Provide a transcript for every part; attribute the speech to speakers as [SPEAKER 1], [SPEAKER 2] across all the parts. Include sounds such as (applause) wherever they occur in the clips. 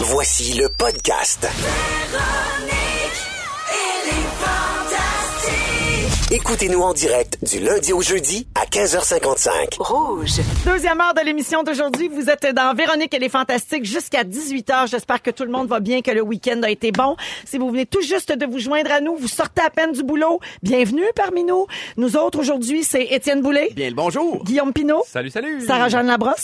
[SPEAKER 1] Voici le podcast. Écoutez-nous en direct du lundi au jeudi à 15h55.
[SPEAKER 2] Rouge.
[SPEAKER 3] Deuxième heure de l'émission d'aujourd'hui. Vous êtes dans Véronique et les Fantastiques jusqu'à 18h. J'espère que tout le monde va bien, que le week-end a été bon. Si vous venez tout juste de vous joindre à nous, vous sortez à peine du boulot. Bienvenue parmi nous. Nous autres aujourd'hui, c'est Étienne Boulay,
[SPEAKER 4] Bien le bonjour.
[SPEAKER 3] Guillaume Pinault,
[SPEAKER 4] Salut, salut.
[SPEAKER 3] Sarah-Jeanne Labrosse.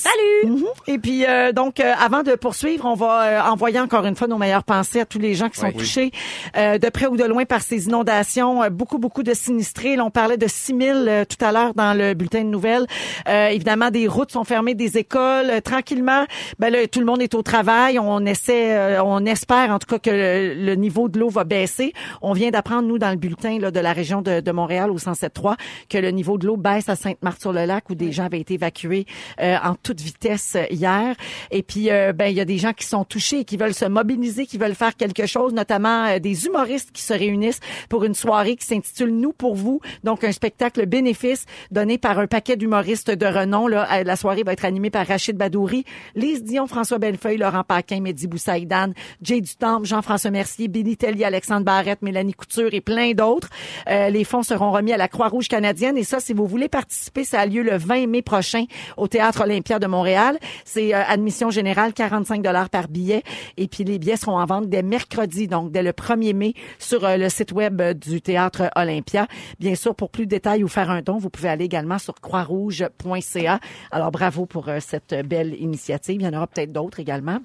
[SPEAKER 3] Salut! Et puis, euh, donc, euh, avant de poursuivre, on va euh, envoyer encore une fois nos meilleures pensées à tous les gens qui sont
[SPEAKER 4] Oui.
[SPEAKER 3] touchés euh, de près ou de loin par ces inondations. Euh, beaucoup, beaucoup de sinistrés. Là, on parlait de 6 000 euh, tout à l'heure dans le bulletin de nouvelles. Euh, évidemment, des routes sont fermées, des écoles. Euh, tranquillement, ben là, tout le monde est au travail. On essaie, euh, on espère en tout cas que le, le niveau de l'eau va baisser. On vient d'apprendre, nous, dans le bulletin là, de la région de, de Montréal au 107.3, que le niveau de l'eau baisse à Sainte-Marthe-sur-le-Lac où des gens avaient été évacués euh, en toute vitesse euh, hier. Et puis, euh, ben, il y a des gens qui sont touchés et qui veulent se mobiliser, qui veulent faire quelque chose, notamment euh, des humoristes qui se réunissent pour une soirée qui s'intitule Nous pour vous, donc un spectacle bénéfice donné par un paquet d'humoristes de renom. Là, Euh, la soirée va être animée par Rachid Badouri, Lise Dion, François Bellefeuille, Laurent Paquin, Mehdi Boussaïdan, Jay Dutemps, Jean-François Mercier, Billy Tellier, Alexandre Barrette, Mélanie Couture et plein d'autres. Euh, les fonds seront remis à la Croix-Rouge canadienne et ça, si vous voulez participer, ça a lieu le 20 mai prochain au Théâtre Olympia de Montréal. C'est euh, admission générale, 45 dollars par billet. Et puis les billets seront en vente dès mercredi, donc dès le 1er mai, sur euh, le site web euh, du Théâtre Olympia. Bien sûr, pour plus de détails ou faire un don, vous pouvez aller également sur croixrouge.ca. Alors bravo pour euh, cette belle initiative. Il y en aura peut-être d'autres également.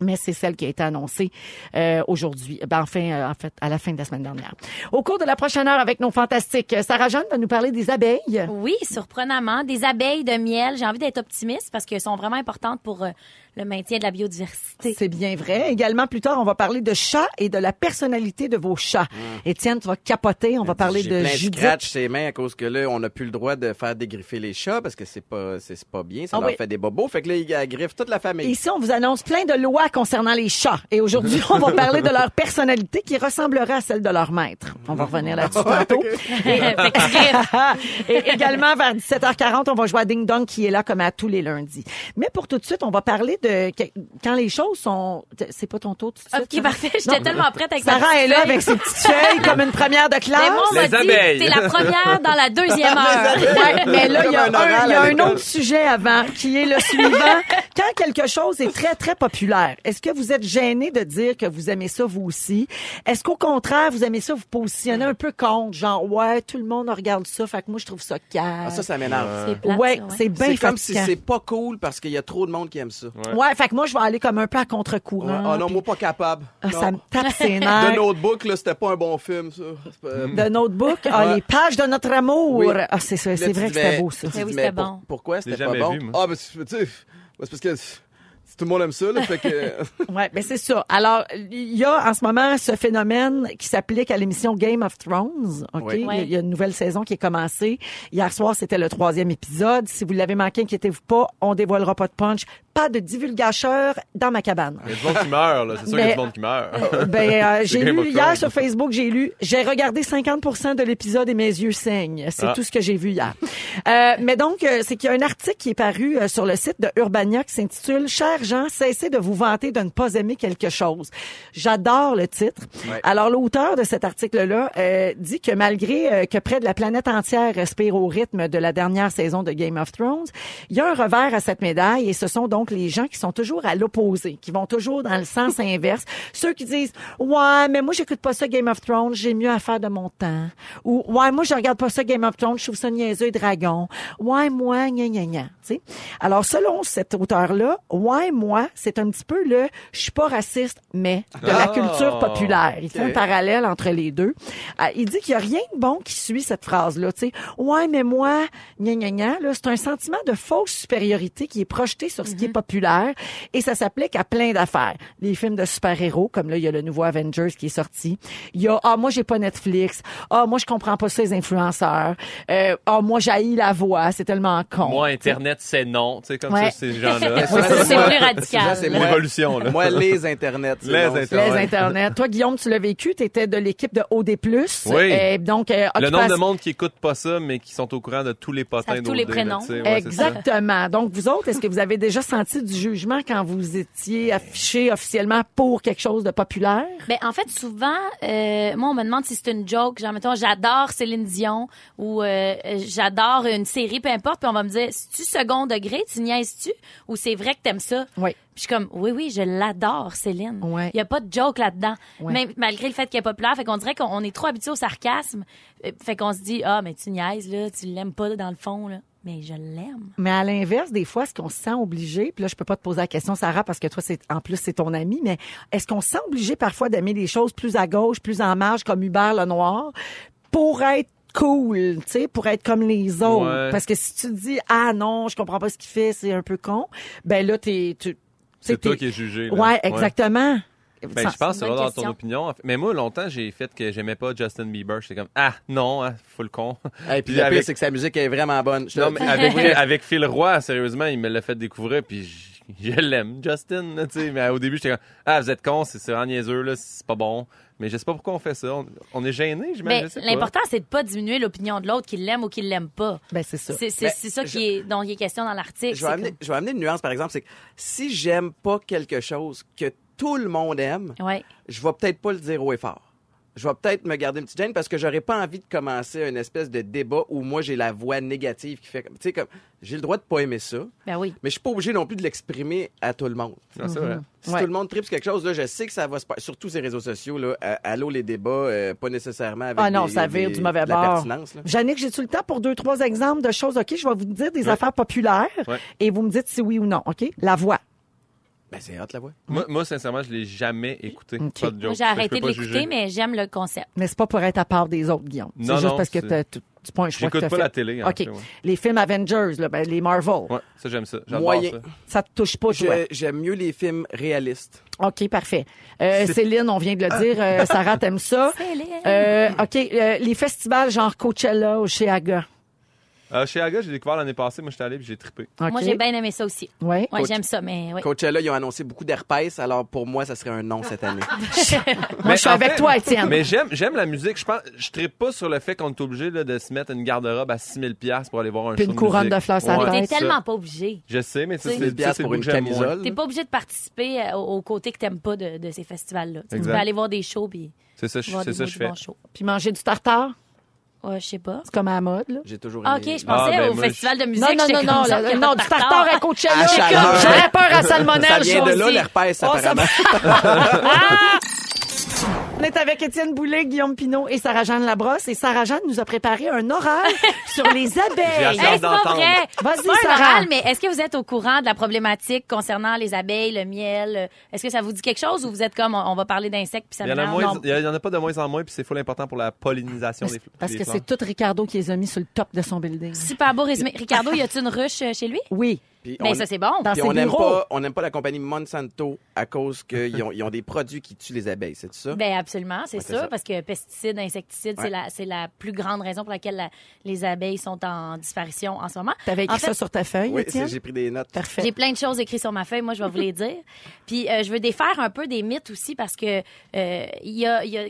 [SPEAKER 3] Mais c'est celle qui a été annoncée euh, aujourd'hui, ben, enfin, euh, en fait, à la fin de la semaine dernière. Au cours de la prochaine heure avec nos fantastiques, euh, Sarah Jeanne va nous parler des abeilles.
[SPEAKER 5] Oui, surprenamment. Des abeilles de miel. J'ai envie d'être optimiste parce qu'elles sont vraiment importantes pour euh, le maintien de la biodiversité.
[SPEAKER 3] C'est bien vrai. Également, plus tard, on va parler de chats et de la personnalité de vos chats. Étienne, tu vas capoter. On va parler
[SPEAKER 4] Mmh. J'ai
[SPEAKER 3] de
[SPEAKER 4] plein
[SPEAKER 3] Judith.
[SPEAKER 4] de scratch ses mains à cause que là, on n'a plus le droit de faire dégriffer les chats parce que c'est pas, c'est c'est pas bien. Ça
[SPEAKER 3] Ah
[SPEAKER 4] leur
[SPEAKER 3] oui.
[SPEAKER 4] fait des bobos. Fait que là, ils agriffent toute la
[SPEAKER 3] Et
[SPEAKER 4] famille.
[SPEAKER 3] Ici, on vous annonce plein de lois concernant les chats. Et aujourd'hui, on
[SPEAKER 4] (laughs)
[SPEAKER 3] va parler de leur personnalité qui ressemblerait à celle de leur maître. On va revenir
[SPEAKER 4] (laughs)
[SPEAKER 3] là-dessus tantôt.
[SPEAKER 5] (laughs) Fait que bref,
[SPEAKER 3] (laughs) Et également, vers 17h40, on va jouer à Ding Dong qui est là comme à tous les lundis. Mais pour tout de suite, on va parler de que- quand les choses sont... C'est pas ton tour tout de suite. (laughs)
[SPEAKER 5] OK, parfait. J'étais
[SPEAKER 3] Non.
[SPEAKER 5] tellement prête avec ma
[SPEAKER 3] Sarah
[SPEAKER 5] petite
[SPEAKER 3] est là
[SPEAKER 5] feuille.
[SPEAKER 3] avec ses petites feuilles comme une
[SPEAKER 5] (laughs)
[SPEAKER 3] première de classe.
[SPEAKER 5] Mais moi, on m'a
[SPEAKER 6] Les
[SPEAKER 5] dit,
[SPEAKER 6] abeilles.
[SPEAKER 5] t'es la première dans
[SPEAKER 3] (laughs)
[SPEAKER 5] la deuxième heure.
[SPEAKER 3] Ah, Ouais, mais là, il y a,
[SPEAKER 4] Comme un
[SPEAKER 3] un,
[SPEAKER 4] oral
[SPEAKER 3] il y a
[SPEAKER 4] à
[SPEAKER 3] un
[SPEAKER 4] l'école.
[SPEAKER 3] autre sujet avant, qui est le
[SPEAKER 4] (laughs)
[SPEAKER 3] suivant. Quand quelque chose est très, très populaire, est-ce que vous êtes gêné de dire que vous aimez ça vous aussi? Est-ce qu'au contraire, vous aimez ça vous positionnez un peu contre? Genre, ouais, tout le monde regarde ça, fait que moi, je trouve ça
[SPEAKER 4] Ah,
[SPEAKER 3] calme.
[SPEAKER 4] ça, ça m'énerve.
[SPEAKER 5] C'est plate,
[SPEAKER 3] ouais,
[SPEAKER 5] ça,
[SPEAKER 3] c'est bien
[SPEAKER 4] c'est comme si
[SPEAKER 3] fatigant.
[SPEAKER 4] c'est pas cool parce qu'il y a trop de monde qui aime ça. Ouais.
[SPEAKER 3] Ouais, fait que moi, je vais aller comme un peu à
[SPEAKER 4] Ah
[SPEAKER 3] contre-courant.
[SPEAKER 4] non,
[SPEAKER 3] puis-
[SPEAKER 4] moi, pas capable.
[SPEAKER 3] Ah,
[SPEAKER 4] Non.
[SPEAKER 3] ça me tape ses
[SPEAKER 4] (laughs) De
[SPEAKER 3] nerfs.
[SPEAKER 4] Notebook, là, c'était pas un bon film, ça. C'est
[SPEAKER 6] Mm.
[SPEAKER 4] pas- euh,
[SPEAKER 3] De Notebook, ah,
[SPEAKER 4] Ouais.
[SPEAKER 3] les pages de notre amour.
[SPEAKER 4] Oui.
[SPEAKER 3] Ah, c'est ça,
[SPEAKER 4] Là,
[SPEAKER 3] c'est
[SPEAKER 4] tu
[SPEAKER 3] vrai
[SPEAKER 4] dis,
[SPEAKER 3] que c'était
[SPEAKER 4] mais-
[SPEAKER 3] beau, ça.
[SPEAKER 4] tu
[SPEAKER 5] Mais
[SPEAKER 4] dis,
[SPEAKER 5] Eh oui,
[SPEAKER 4] mais
[SPEAKER 5] c'était
[SPEAKER 4] pour-
[SPEAKER 5] bon.
[SPEAKER 4] Pourquoi c'était
[SPEAKER 6] J'ai
[SPEAKER 4] pas
[SPEAKER 6] jamais
[SPEAKER 4] bon?
[SPEAKER 6] vu, moi.
[SPEAKER 4] ah, ben, tu tu sais, c'est parce que c'est- tout le monde aime ça, là. Fait que.
[SPEAKER 3] Ouais, mais c'est ça. Alors, il y a en ce moment ce phénomène qui s'applique à l'émission Game of Thrones. Ok,
[SPEAKER 4] Oui.
[SPEAKER 3] Il y a-
[SPEAKER 5] Ouais.
[SPEAKER 3] il y a une nouvelle saison qui est commencée. Hier soir, c'était le troisième épisode. Si vous l'avez manqué, inquiétez-vous pas, on dévoilera pas de punch, pas de divulgateur dans ma cabane.
[SPEAKER 6] Il y a du monde qui meurt, là. C'est sûr qu'il y a du monde qui meurt.
[SPEAKER 3] (laughs) Ben, euh, j'ai
[SPEAKER 6] Game of
[SPEAKER 3] lu hier
[SPEAKER 6] Thrones.
[SPEAKER 3] sur Facebook, j'ai lu, j'ai regardé 50% de l'épisode et mes yeux saignent. C'est
[SPEAKER 6] Ah.
[SPEAKER 3] tout ce que j'ai vu hier. Euh, mais donc, euh, c'est qu'il y a un article qui est paru euh, sur le site de Urbania qui s'intitule Chers gens, cessez de vous vanter de ne pas aimer quelque chose. J'adore le titre.
[SPEAKER 4] Ouais.
[SPEAKER 3] Alors, l'auteur de cet article-là euh, dit que malgré euh, que près de la planète entière respire au rythme de la dernière saison de Game of Thrones, il y a un revers à cette médaille et ce sont donc les gens qui sont toujours à l'opposé, qui vont toujours dans le sens inverse. Ceux qui disent « Ouais, mais moi, j'écoute pas ça Game of Thrones, j'ai mieux à faire de mon temps. » Ou « Ouais, moi, je regarde pas ça Game of Thrones, je trouve ça niaiseux et dragon. Ouais, moi, gna gna gna. » Tu sais? Alors, selon cet auteur-là, « Ouais, moi », c'est un petit peu le « Je suis pas raciste, mais » de la
[SPEAKER 6] Ah!
[SPEAKER 3] culture populaire. Il fait
[SPEAKER 4] Ok.
[SPEAKER 3] un parallèle entre les deux. Euh, il dit qu'il n'y a rien de bon qui suit cette phrase-là. tu sais. Ouais, mais moi, gna gna gna, là, c'est un sentiment de fausse supériorité qui est projeté sur ce
[SPEAKER 6] Mhm.
[SPEAKER 3] qui est populaire et ça s'applique à plein d'affaires. Les films de super-héros, comme là, il y a le nouveau Avengers qui est sorti. Il y a, ah, moi, j'ai pas Netflix. Ah, moi, je comprends pas ça, les influenceurs. Euh, Ah, moi, j'haïs la voix. C'est tellement con.
[SPEAKER 6] Moi, Internet, c'est non. Tu sais, comme
[SPEAKER 3] (laughs) Ouais.
[SPEAKER 6] ça, ces gens-là.
[SPEAKER 5] Ouais,
[SPEAKER 4] (laughs)
[SPEAKER 5] ça, c'est
[SPEAKER 4] moi.
[SPEAKER 5] plus radical.
[SPEAKER 4] Ça, c'est
[SPEAKER 6] Une
[SPEAKER 4] moi.
[SPEAKER 6] évolution, là.
[SPEAKER 4] Moi, les internets. c'est
[SPEAKER 6] Les
[SPEAKER 4] bon, ça.
[SPEAKER 6] internets.
[SPEAKER 3] les
[SPEAKER 6] Ouais.
[SPEAKER 3] internets. Toi, Guillaume, tu l'as vécu. Tu étais de l'équipe de OD+.
[SPEAKER 6] Oui.
[SPEAKER 3] Euh, donc, euh,
[SPEAKER 6] Le nombre de
[SPEAKER 3] occupation-
[SPEAKER 6] monde qui écoute pas ça, mais qui sont au courant de tous les potins
[SPEAKER 5] Savent tous les
[SPEAKER 6] d'OD, là,
[SPEAKER 5] prénoms.
[SPEAKER 6] tu sais, ouais, c'est ça.
[SPEAKER 3] Exactement. Donc, vous autres, est-ce que vous avez déjà senti du jugement quand vous étiez affiché officiellement pour quelque chose de populaire?
[SPEAKER 5] Ben, en fait, souvent, euh, moi, on me demande si c'est une joke. Genre, mettons, j'adore Céline Dion ou euh, j'adore une série, peu importe. Puis on va me dire, c'est-tu second degré? Tu niaises-tu? Ou c'est vrai que t'aimes ça?
[SPEAKER 3] Oui.
[SPEAKER 5] Puis je suis comme, oui, oui, je l'adore, Céline. Il
[SPEAKER 3] Ouais.
[SPEAKER 5] n'y a pas de joke là-dedans.
[SPEAKER 3] Ouais.
[SPEAKER 5] Même malgré le fait qu'elle est populaire, fait qu'on dirait qu'on on est trop habitué au sarcasme. Euh, Fait qu'on se dit, ah, mais tu niaises, là, tu l'aimes pas dans le fond, là. Mais je l'aime.
[SPEAKER 3] Mais à l'inverse, des fois, est-ce qu'on se sent obligé, puis là, je peux pas te poser la question, Sarah, parce que toi, c'est en plus, c'est ton ami, mais est-ce qu'on se sent obligé parfois d'aimer des choses plus à gauche, plus en marge, comme Hubert Lenoir, pour être cool, tu sais, pour être comme les autres?
[SPEAKER 6] Ouais.
[SPEAKER 3] Parce que si tu te dis, ah non, je comprends pas ce qu'il fait, c'est un peu con, ben là, t'es... tu- tu sais,
[SPEAKER 6] C'est toi
[SPEAKER 3] t'es-
[SPEAKER 6] qui es jugé. là.
[SPEAKER 3] Ouais, exactement.
[SPEAKER 6] Ben,
[SPEAKER 3] Ça-
[SPEAKER 6] je pense que
[SPEAKER 5] c'est
[SPEAKER 6] ça
[SPEAKER 5] une bonne
[SPEAKER 6] va dans ton
[SPEAKER 5] question.
[SPEAKER 6] opinion. Mais moi, longtemps, j'ai fait que j'aimais pas Justin Bieber. J'étais comme, ah, non, hein, full con.
[SPEAKER 4] Et puis
[SPEAKER 6] Puis
[SPEAKER 4] le pire,
[SPEAKER 6] avec-
[SPEAKER 4] c'est que sa musique est vraiment bonne. Je te-
[SPEAKER 6] Non, mais avec,
[SPEAKER 3] (laughs)
[SPEAKER 6] avec Phil Roy, sérieusement, il me l'a fait découvrir, puis je, je l'aime, Justin. là, tu sais. mais au début, j'étais comme, ah, vous êtes con, c'est c'est vraiment niaiseux, là, c'est pas bon. Mais je sais pas pourquoi on fait ça. On, on est gêné,
[SPEAKER 3] Ben,
[SPEAKER 5] Mais
[SPEAKER 6] j'imagine. Ben, je sais pas.
[SPEAKER 5] l'important, c'est de pas diminuer l'opinion de l'autre, qu'il l'aime ou qu'il l'aime pas.
[SPEAKER 3] Ben, c'est ça.
[SPEAKER 5] C'est c'est-
[SPEAKER 4] Ben,
[SPEAKER 5] c'est ça
[SPEAKER 4] je-
[SPEAKER 5] qui est, dont il est question dans l'article.
[SPEAKER 4] je
[SPEAKER 5] c'est
[SPEAKER 4] vais, amener, je vais amener une nuance, par exemple, c'est que si j'aime pas quelque chose que tout le monde aime,
[SPEAKER 5] comme- Ouais.
[SPEAKER 4] je vais peut-être pas le dire haut et fort. Je vais peut-être me garder une petite gêne parce que j'aurais pas envie de commencer une espèce de débat où moi j'ai la voix négative qui fait comme- tu sais comme j'ai le droit de pas aimer ça,
[SPEAKER 5] Ben oui.
[SPEAKER 4] mais je suis pas obligé non plus de l'exprimer à tout le monde.
[SPEAKER 6] Non, c'est vrai.
[SPEAKER 4] Si
[SPEAKER 3] Ouais.
[SPEAKER 4] tout le monde tripe sur quelque chose là, je sais que ça va se passer surtout ces réseaux sociaux là, à- allô les débats euh, pas nécessairement avec
[SPEAKER 3] Ah non,
[SPEAKER 4] des-
[SPEAKER 3] ça vire
[SPEAKER 4] des-
[SPEAKER 3] du mauvais
[SPEAKER 4] de la
[SPEAKER 3] bord.
[SPEAKER 4] pertinence là.
[SPEAKER 3] Jannick, j'ai-tu le temps pour deux, trois exemples de choses? OK, je vais vous dire des affaires populaires
[SPEAKER 6] Ouais.
[SPEAKER 3] et vous me dites si oui ou non, OK? La voix.
[SPEAKER 4] Ben c'est hot la voix.
[SPEAKER 6] Moi, moi, sincèrement, je l'ai jamais écouté.
[SPEAKER 3] Ok.
[SPEAKER 6] Pas de joke.
[SPEAKER 5] Moi, j'ai
[SPEAKER 6] Fait que je
[SPEAKER 5] arrêté
[SPEAKER 6] peux
[SPEAKER 5] de
[SPEAKER 6] pas
[SPEAKER 5] l'écouter,
[SPEAKER 6] juger.
[SPEAKER 5] mais j'aime le concept.
[SPEAKER 3] Mais c'est pas pour être à part des autres, Guillaume. C'est
[SPEAKER 6] Non,
[SPEAKER 3] juste
[SPEAKER 6] non,
[SPEAKER 3] parce que
[SPEAKER 6] c'est-
[SPEAKER 3] t'as- tu- c'est pas un choix que
[SPEAKER 6] J'écoute
[SPEAKER 3] t'as
[SPEAKER 6] pas
[SPEAKER 3] fait.
[SPEAKER 6] la télé, en
[SPEAKER 3] OK.
[SPEAKER 6] fait, ouais.
[SPEAKER 3] Les films Avengers, là, ben, les Marvel,
[SPEAKER 6] Ouais, ça, j'aime ça. J'adore
[SPEAKER 4] Moyen.
[SPEAKER 6] ça.
[SPEAKER 3] ça te touche pas,
[SPEAKER 4] Je-
[SPEAKER 3] toi.
[SPEAKER 4] J'aime mieux les films réalistes.
[SPEAKER 3] OK, parfait. Euh, Céline, on vient de
[SPEAKER 6] Ah.
[SPEAKER 3] le dire. euh, Sarah, t'aimes
[SPEAKER 5] (laughs)
[SPEAKER 3] ça.
[SPEAKER 5] Céline.
[SPEAKER 3] Euh, OK, euh, les festivals genre Coachella ou chez Aga.
[SPEAKER 6] Euh, chez Aga, j'ai découvert l'année passée. Moi, j'étais allé, puis j'ai trippé.
[SPEAKER 5] Moi, j'ai bien aimé ça aussi.
[SPEAKER 3] Ouais.
[SPEAKER 5] Ouais,
[SPEAKER 4] Coach-
[SPEAKER 5] j'aime ça, mais oui.
[SPEAKER 4] Coachella, ils ont annoncé beaucoup d'herpès, alors pour moi, ça serait un non cette
[SPEAKER 5] (laughs)
[SPEAKER 4] année.
[SPEAKER 3] Moi, je suis
[SPEAKER 6] en
[SPEAKER 3] avec
[SPEAKER 6] fait-
[SPEAKER 3] toi, Étienne.
[SPEAKER 6] Mais j'aime, j'aime la musique. Je pense, je trippe pas sur le fait qu'on est obligé là, de se mettre une garde-robe à 6000 pièces pour aller voir un
[SPEAKER 3] Puis
[SPEAKER 6] show
[SPEAKER 3] une couronne
[SPEAKER 6] musique.
[SPEAKER 3] de fleurs sur la
[SPEAKER 6] Ouais,
[SPEAKER 5] T'es
[SPEAKER 3] tête.
[SPEAKER 6] ça.
[SPEAKER 5] tellement pas obligé.
[SPEAKER 6] Je sais, mais ça,
[SPEAKER 4] 1000
[SPEAKER 6] c'est ça,
[SPEAKER 4] piastres
[SPEAKER 6] c'est
[SPEAKER 4] pour
[SPEAKER 6] le
[SPEAKER 4] une
[SPEAKER 6] goût que j'aime moins.
[SPEAKER 4] camisole.
[SPEAKER 5] T'es pas obligé de participer euh, au, au côté que t'aimes pas de, de ces festivals-là. Tu peux
[SPEAKER 6] Exact.
[SPEAKER 5] aller voir des shows puis
[SPEAKER 6] C'est ça, je-
[SPEAKER 5] voir
[SPEAKER 6] c'est
[SPEAKER 5] des
[SPEAKER 6] ça
[SPEAKER 5] beaux-
[SPEAKER 6] que je
[SPEAKER 5] des
[SPEAKER 6] fais.
[SPEAKER 5] bons shows.
[SPEAKER 3] Puis manger du tartare,
[SPEAKER 5] Ouais, je sais pas.
[SPEAKER 3] c'est comme à la mode, là.
[SPEAKER 4] J'ai toujours aimé.
[SPEAKER 5] Ah, OK, je pensais
[SPEAKER 6] ben,
[SPEAKER 5] au
[SPEAKER 6] moi, je-
[SPEAKER 5] festival de musique.
[SPEAKER 3] Non, non,
[SPEAKER 5] j'étais
[SPEAKER 3] non,
[SPEAKER 5] comme,
[SPEAKER 3] non,
[SPEAKER 5] il me semble
[SPEAKER 3] le-
[SPEAKER 5] qu'il y a
[SPEAKER 3] non,
[SPEAKER 5] pas
[SPEAKER 3] du
[SPEAKER 5] de
[SPEAKER 3] tartare à Coachella.
[SPEAKER 4] À chaleur.
[SPEAKER 3] J'aurais peur à salmonelle,
[SPEAKER 4] Ça vient
[SPEAKER 3] je
[SPEAKER 4] de
[SPEAKER 3] vous
[SPEAKER 4] là
[SPEAKER 3] le dis.
[SPEAKER 4] l'herpès,
[SPEAKER 3] Oh, ça
[SPEAKER 4] apparemment.
[SPEAKER 3] (laughs) On est avec Étienne Boulay, Guillaume Pinot et Sarah-Jeanne Labrosse. Et Sarah-Jeanne nous a préparé un (laughs) oral sur les abeilles.
[SPEAKER 5] (laughs) Hey,
[SPEAKER 6] J'ai hâte
[SPEAKER 5] c'est pas
[SPEAKER 6] d'entendre.
[SPEAKER 5] vrai.
[SPEAKER 3] Vas-y,
[SPEAKER 5] C'est pas un
[SPEAKER 3] Sarah.
[SPEAKER 5] oral, mais est-ce que vous êtes au courant de la problématique concernant les abeilles, le miel? euh, Est-ce que ça vous dit quelque chose ou vous êtes comme, on, on va parler d'insectes puis ça
[SPEAKER 6] Il y, en a
[SPEAKER 5] m'énerve?
[SPEAKER 6] moins,
[SPEAKER 5] Non.
[SPEAKER 6] il y en a pas de moins en moins, puis c'est full important pour la pollinisation des, fl-
[SPEAKER 3] Parce
[SPEAKER 6] des
[SPEAKER 3] que
[SPEAKER 6] plantes.
[SPEAKER 3] c'est tout Ricardo qui les a mis sur le top de son building.
[SPEAKER 5] Super beau résumé. Ricardo, y a-tu une ruche euh, chez lui?
[SPEAKER 3] Oui.
[SPEAKER 4] Puis
[SPEAKER 5] Ben,
[SPEAKER 4] on-
[SPEAKER 5] ça, c'est bon.
[SPEAKER 3] Dans
[SPEAKER 4] Puis
[SPEAKER 3] ses
[SPEAKER 4] on n'aime
[SPEAKER 3] bureaux.
[SPEAKER 4] pas, on n'aime pas la compagnie Monsanto à cause
[SPEAKER 5] (laughs)
[SPEAKER 4] qu'ils ont, ils ont des produits qui tuent les abeilles, c'est ça?
[SPEAKER 5] Ben absolument, c'est
[SPEAKER 4] Ouais, c'est
[SPEAKER 5] sûr,
[SPEAKER 4] ça.
[SPEAKER 5] parce que pesticides, insecticides, c'est
[SPEAKER 4] Ouais.
[SPEAKER 5] la c'est la plus grande raison pour laquelle la- les abeilles sont en disparition en ce moment.
[SPEAKER 3] T'avais écrit
[SPEAKER 5] En fait,
[SPEAKER 3] ça sur ta feuille,
[SPEAKER 4] oui, c'est-
[SPEAKER 3] Étienne?
[SPEAKER 4] j'ai pris des notes.
[SPEAKER 3] Parfait.
[SPEAKER 5] J'ai plein de choses écrites sur ma feuille, moi je vais
[SPEAKER 4] (laughs)
[SPEAKER 5] vous les dire. Puis euh, je veux défaire un peu des mythes aussi parce que euh, il y a, il y a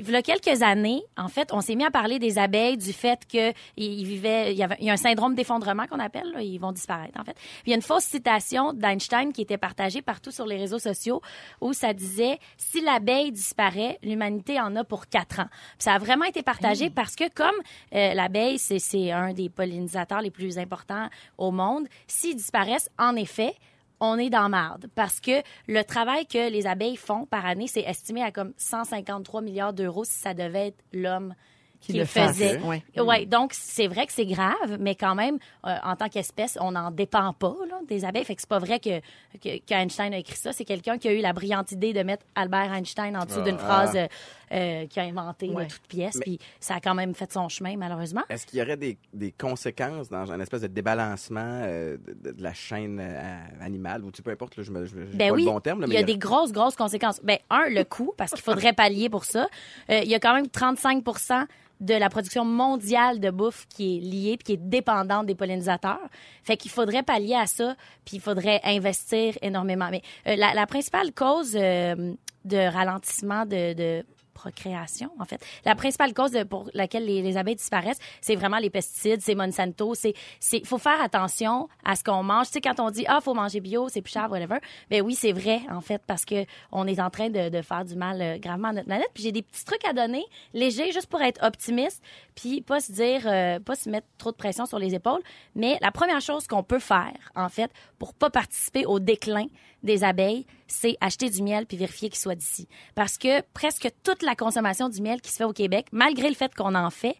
[SPEAKER 5] il y a quelques années, en fait, on s'est mis à parler des abeilles, du fait que ils ils vivaient, il y, avait, il y a un syndrome d'effondrement qu'on appelle, là, ils vont disparaître en fait. Puis il y a une fausse citation d'Einstein qui était partagée partout sur les réseaux sociaux où ça disait si l'abeille disparaît, l'humanité en a pour quatre ans. Puis ça a vraiment été partagé parce que comme euh, l'abeille c'est c'est un des pollinisateurs les plus importants au monde, s'ils disparaissent, en effet, on est dans marde parce que le travail que les abeilles font par année, c'est estimé à comme 153 milliards d'euros si ça devait être l'homme qui, le, faisait.
[SPEAKER 3] Ouais.
[SPEAKER 5] Ouais, donc c'est vrai que c'est grave, mais quand même, euh, en tant qu'espèce, on n'en dépend pas là, des abeilles. Fait que c'est pas vrai que, que qu'Einstein a écrit ça. C'est quelqu'un qui a eu la brillante idée de mettre Albert Einstein en dessous d'une phrase euh, euh, qu'il a inventée
[SPEAKER 3] Ouais.
[SPEAKER 5] là, toute pièce.
[SPEAKER 4] Mais-
[SPEAKER 5] Puis ça a quand même fait son chemin, malheureusement.
[SPEAKER 4] Est-ce qu'il y aurait des, des conséquences dans un espèce de débalancement euh, de, de- de la chaîne euh, animale ou tu peu importe, là, je me je, j'ai
[SPEAKER 5] Ben
[SPEAKER 4] pas
[SPEAKER 5] oui,
[SPEAKER 4] le bon terme, là,
[SPEAKER 5] il
[SPEAKER 4] mais
[SPEAKER 5] y a des grosses, grosses conséquences. Ben, un, le coût, parce qu'il faudrait pallier pour ça. Euh, il y a quand même 35 de la production mondiale de bouffe qui est liée puis qui est dépendante des pollinisateurs. Fait qu'il faudrait pallier à ça, puis il faudrait investir énormément. Mais euh, la, la principale cause euh, de ralentissement de, de procréation, en fait. La principale cause de- pour laquelle les, les abeilles disparaissent, c'est vraiment les pesticides, c'est Monsanto, c'est, c'est, faut faire attention à ce qu'on mange. Tu sais, quand on dit, ah, faut manger bio, c'est plus cher, whatever. Ben oui, c'est vrai, en fait, parce que on est en train de, de faire du mal euh, gravement à notre planète. Puis j'ai des petits trucs à donner, légers, juste pour être optimiste, puis pas se dire, euh, pas se mettre trop de pression sur les épaules. Mais la première chose qu'on peut faire, en fait, pour pas participer au déclin des abeilles, c'est acheter du miel puis vérifier qu'il soit d'ici. Parce que presque toute la consommation du miel qui se fait au Québec, malgré le fait qu'on en fait,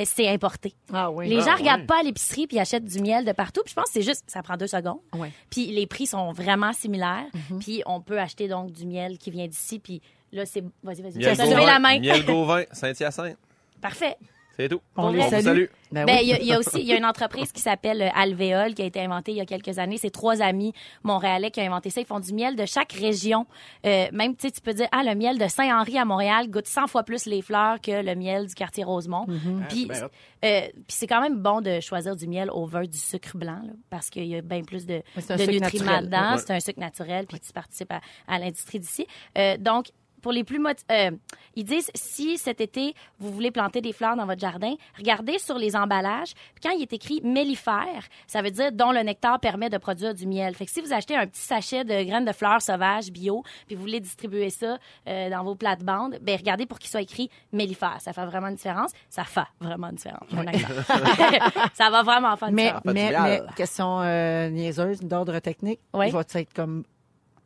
[SPEAKER 5] euh, c'est importé.
[SPEAKER 3] Ah oui.
[SPEAKER 5] Les gens
[SPEAKER 6] ouais.
[SPEAKER 5] regardent pas à l'épicerie puis achètent du miel de partout. Puis je pense que c'est juste, ça prend deux secondes.
[SPEAKER 3] Ouais.
[SPEAKER 5] Puis les prix sont vraiment similaires.
[SPEAKER 3] Mhm.
[SPEAKER 5] Puis on peut acheter donc du miel qui vient d'ici. Puis là, c'est. Vas-y, vas-y.
[SPEAKER 6] Miel
[SPEAKER 5] T'as levé la main.
[SPEAKER 6] Gauvin, Miel Gauvin, Saint-Hyacinthe.
[SPEAKER 5] Parfait.
[SPEAKER 6] C'est tout.
[SPEAKER 3] On
[SPEAKER 5] les
[SPEAKER 6] vous
[SPEAKER 3] salue.
[SPEAKER 6] salue.
[SPEAKER 3] Ben oui.
[SPEAKER 5] Ben, il y a- il y, a aussi il y a une entreprise qui s'appelle euh, Alvéole qui a été inventée il y a quelques années. C'est trois amis montréalais qui ont inventé ça. Ils font du miel de chaque région. Euh, même, tu sais, tu peux dire, ah, le miel de Saint-Henri à Montréal goûte 100 fois plus les fleurs que le miel du quartier Rosemont.
[SPEAKER 3] Mm-hmm.
[SPEAKER 5] Puis,
[SPEAKER 4] Ah, c'est bien hot.
[SPEAKER 5] euh, puis c'est quand même bon de choisir du miel au vin du sucre blanc là, parce qu'il y a bien plus de,
[SPEAKER 3] Ouais, c'est un
[SPEAKER 5] de
[SPEAKER 3] sucre
[SPEAKER 5] nutriments
[SPEAKER 3] naturel.
[SPEAKER 5] dedans.
[SPEAKER 6] Ouais.
[SPEAKER 5] C'est un sucre naturel, puis tu participes à, à l'industrie d'ici. Euh, donc, pour les plus moti- euh, ils disent si cet été vous voulez planter des fleurs dans votre jardin, regardez sur les emballages. Puis Quand il est écrit mellifère, ça veut dire dont le nectar permet de produire du miel. Fait que si vous achetez un petit sachet de graines de fleurs sauvages bio, puis vous voulez distribuer ça euh, dans vos plates-bandes, ben regardez pour qu'il soit écrit mellifère. Ça fait vraiment une différence. Ça fait vraiment une différence. j'ai un accent. (laughs) ça va vraiment faire une
[SPEAKER 3] Mais,
[SPEAKER 5] différence.
[SPEAKER 4] fait du
[SPEAKER 3] mais, mais
[SPEAKER 4] miel.
[SPEAKER 3] question euh, niaiseuse d'ordre technique.
[SPEAKER 5] Oui.
[SPEAKER 3] Je vais être comme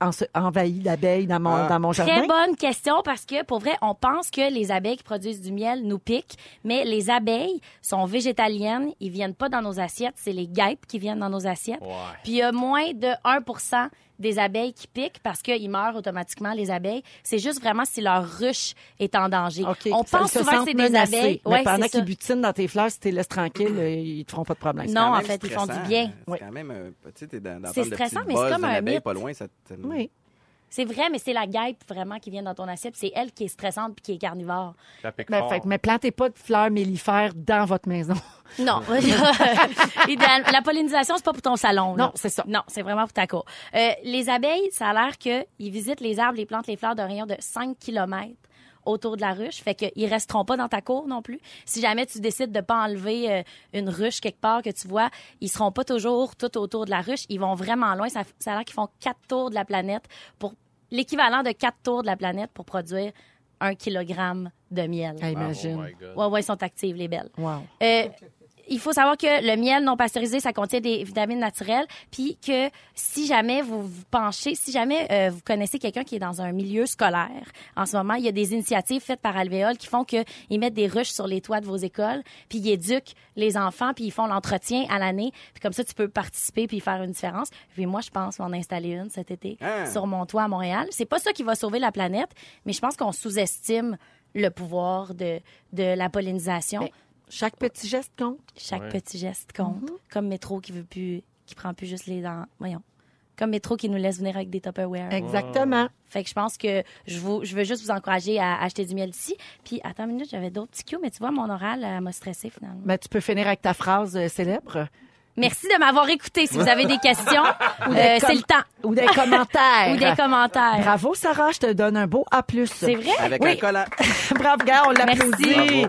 [SPEAKER 3] ense- envahi d'abeilles dans mon,
[SPEAKER 4] Ah.
[SPEAKER 3] dans mon jardin.
[SPEAKER 5] Très bonne question parce que pour vrai, on pense que les abeilles qui produisent du miel nous piquent, mais les abeilles sont végétaliennes, ils viennent pas dans nos assiettes, c'est les guêpes qui viennent dans nos assiettes.
[SPEAKER 6] Ouais.
[SPEAKER 5] Puis il y a moins de 1 des abeilles qui piquent parce qu'ils meurent automatiquement, les abeilles. C'est juste vraiment si leur ruche est en danger.
[SPEAKER 3] OK.
[SPEAKER 5] On
[SPEAKER 3] Ça-
[SPEAKER 5] pense
[SPEAKER 3] ils se
[SPEAKER 5] souvent que
[SPEAKER 3] sentent
[SPEAKER 5] c'est des
[SPEAKER 3] menacés.
[SPEAKER 5] abeilles.
[SPEAKER 3] Mais
[SPEAKER 5] Ouais,
[SPEAKER 3] pendant
[SPEAKER 5] c'est ça.
[SPEAKER 3] qu'ils butinent dans tes fleurs, si tu les laisses tranquilles, euh, ils te feront pas de problème.
[SPEAKER 4] C'est
[SPEAKER 5] Non,
[SPEAKER 4] quand
[SPEAKER 5] en
[SPEAKER 4] même
[SPEAKER 5] fait, ils font du
[SPEAKER 4] stressant.
[SPEAKER 5] bien.
[SPEAKER 3] Oui.
[SPEAKER 4] C'est quand même euh, un petit et dans, dans
[SPEAKER 5] C'est
[SPEAKER 4] le petit
[SPEAKER 5] stressant, mais
[SPEAKER 4] buzz
[SPEAKER 5] c'est comme
[SPEAKER 4] d'une
[SPEAKER 5] un
[SPEAKER 4] abeille
[SPEAKER 5] mythe.
[SPEAKER 4] pas loin, ça te-
[SPEAKER 3] Oui.
[SPEAKER 5] C'est vrai, mais c'est la guêpe vraiment qui vient dans ton assiette. C'est elle qui est stressante puis qui est carnivore.
[SPEAKER 6] Ça pique
[SPEAKER 3] Ben,
[SPEAKER 6] fort.
[SPEAKER 3] fait que, mais plantez pas de fleurs mellifères dans votre maison.
[SPEAKER 5] Non. (laughs) Idéal- la pollinisation, c'est pas pour ton salon. là.
[SPEAKER 3] Non, c'est ça.
[SPEAKER 5] Non, c'est vraiment pour ta cour. Euh, les abeilles, ça a l'air qu'ils visitent les arbres, les plantes, les fleurs d'un rayon de 5 km autour de la ruche. Fait qu'ils resteront pas dans ta cour non plus. Si jamais tu décides de pas enlever euh, une ruche quelque part que tu vois, ils seront pas toujours tout autour de la ruche. Ils vont vraiment loin. Ça, ça a l'air qu'ils font quatre tours de la planète pour l'équivalent de quatre tours de la planète pour produire un kilogramme de miel.
[SPEAKER 3] (laughs) Ah,
[SPEAKER 6] Ah,
[SPEAKER 3] imagine.
[SPEAKER 6] Oh my God.
[SPEAKER 5] Ouais, ouais, ils sont actives, les belles.
[SPEAKER 3] Wow.
[SPEAKER 5] Euh, il faut savoir que le miel non pasteurisé, ça contient des vitamines naturelles, puis que si jamais vous vous penchez, si jamais euh, vous connaissez quelqu'un qui est dans un milieu scolaire, en ce moment, il y a des initiatives faites par Alvéole qui font que ils mettent des ruches sur les toits de vos écoles, puis ils éduquent les enfants, puis ils font l'entretien à l'année, puis comme ça, tu peux participer puis faire une différence. Puis moi, je pense en installer une cet été
[SPEAKER 4] Ah.
[SPEAKER 5] sur mon toit à Montréal. C'est pas ça qui va sauver la planète, mais je pense qu'on sous-estime le pouvoir de, de la pollinisation
[SPEAKER 3] Chaque petit geste compte.
[SPEAKER 5] chaque
[SPEAKER 6] Ouais.
[SPEAKER 5] petit geste compte.
[SPEAKER 3] Mhm.
[SPEAKER 5] Comme métro qui veut plus, qui prend plus juste les dents. Voyons. Comme métro qui nous laisse venir avec des Tupperware.
[SPEAKER 3] Exactement.
[SPEAKER 5] Fait que je pense que je vous, je veux juste vous encourager à acheter du miel ici. Puis attends une minute, j'avais d'autres petits cues, mais tu vois, mon oral elle m'a stressé finalement.
[SPEAKER 3] Ben, tu peux finir avec ta phrase euh, célèbre.
[SPEAKER 5] Merci de m'avoir écouté. Si vous avez des questions,
[SPEAKER 3] (laughs)
[SPEAKER 5] euh, c'est le temps.
[SPEAKER 3] Ou des commentaires.
[SPEAKER 5] Ou des commentaires.
[SPEAKER 3] Bravo, Sarah, je te donne un beau A+.
[SPEAKER 5] C'est vrai?
[SPEAKER 4] Avec
[SPEAKER 3] Oui.
[SPEAKER 4] un collant.
[SPEAKER 3] (laughs) Bravo, gars, on l'applaudit.
[SPEAKER 5] Merci.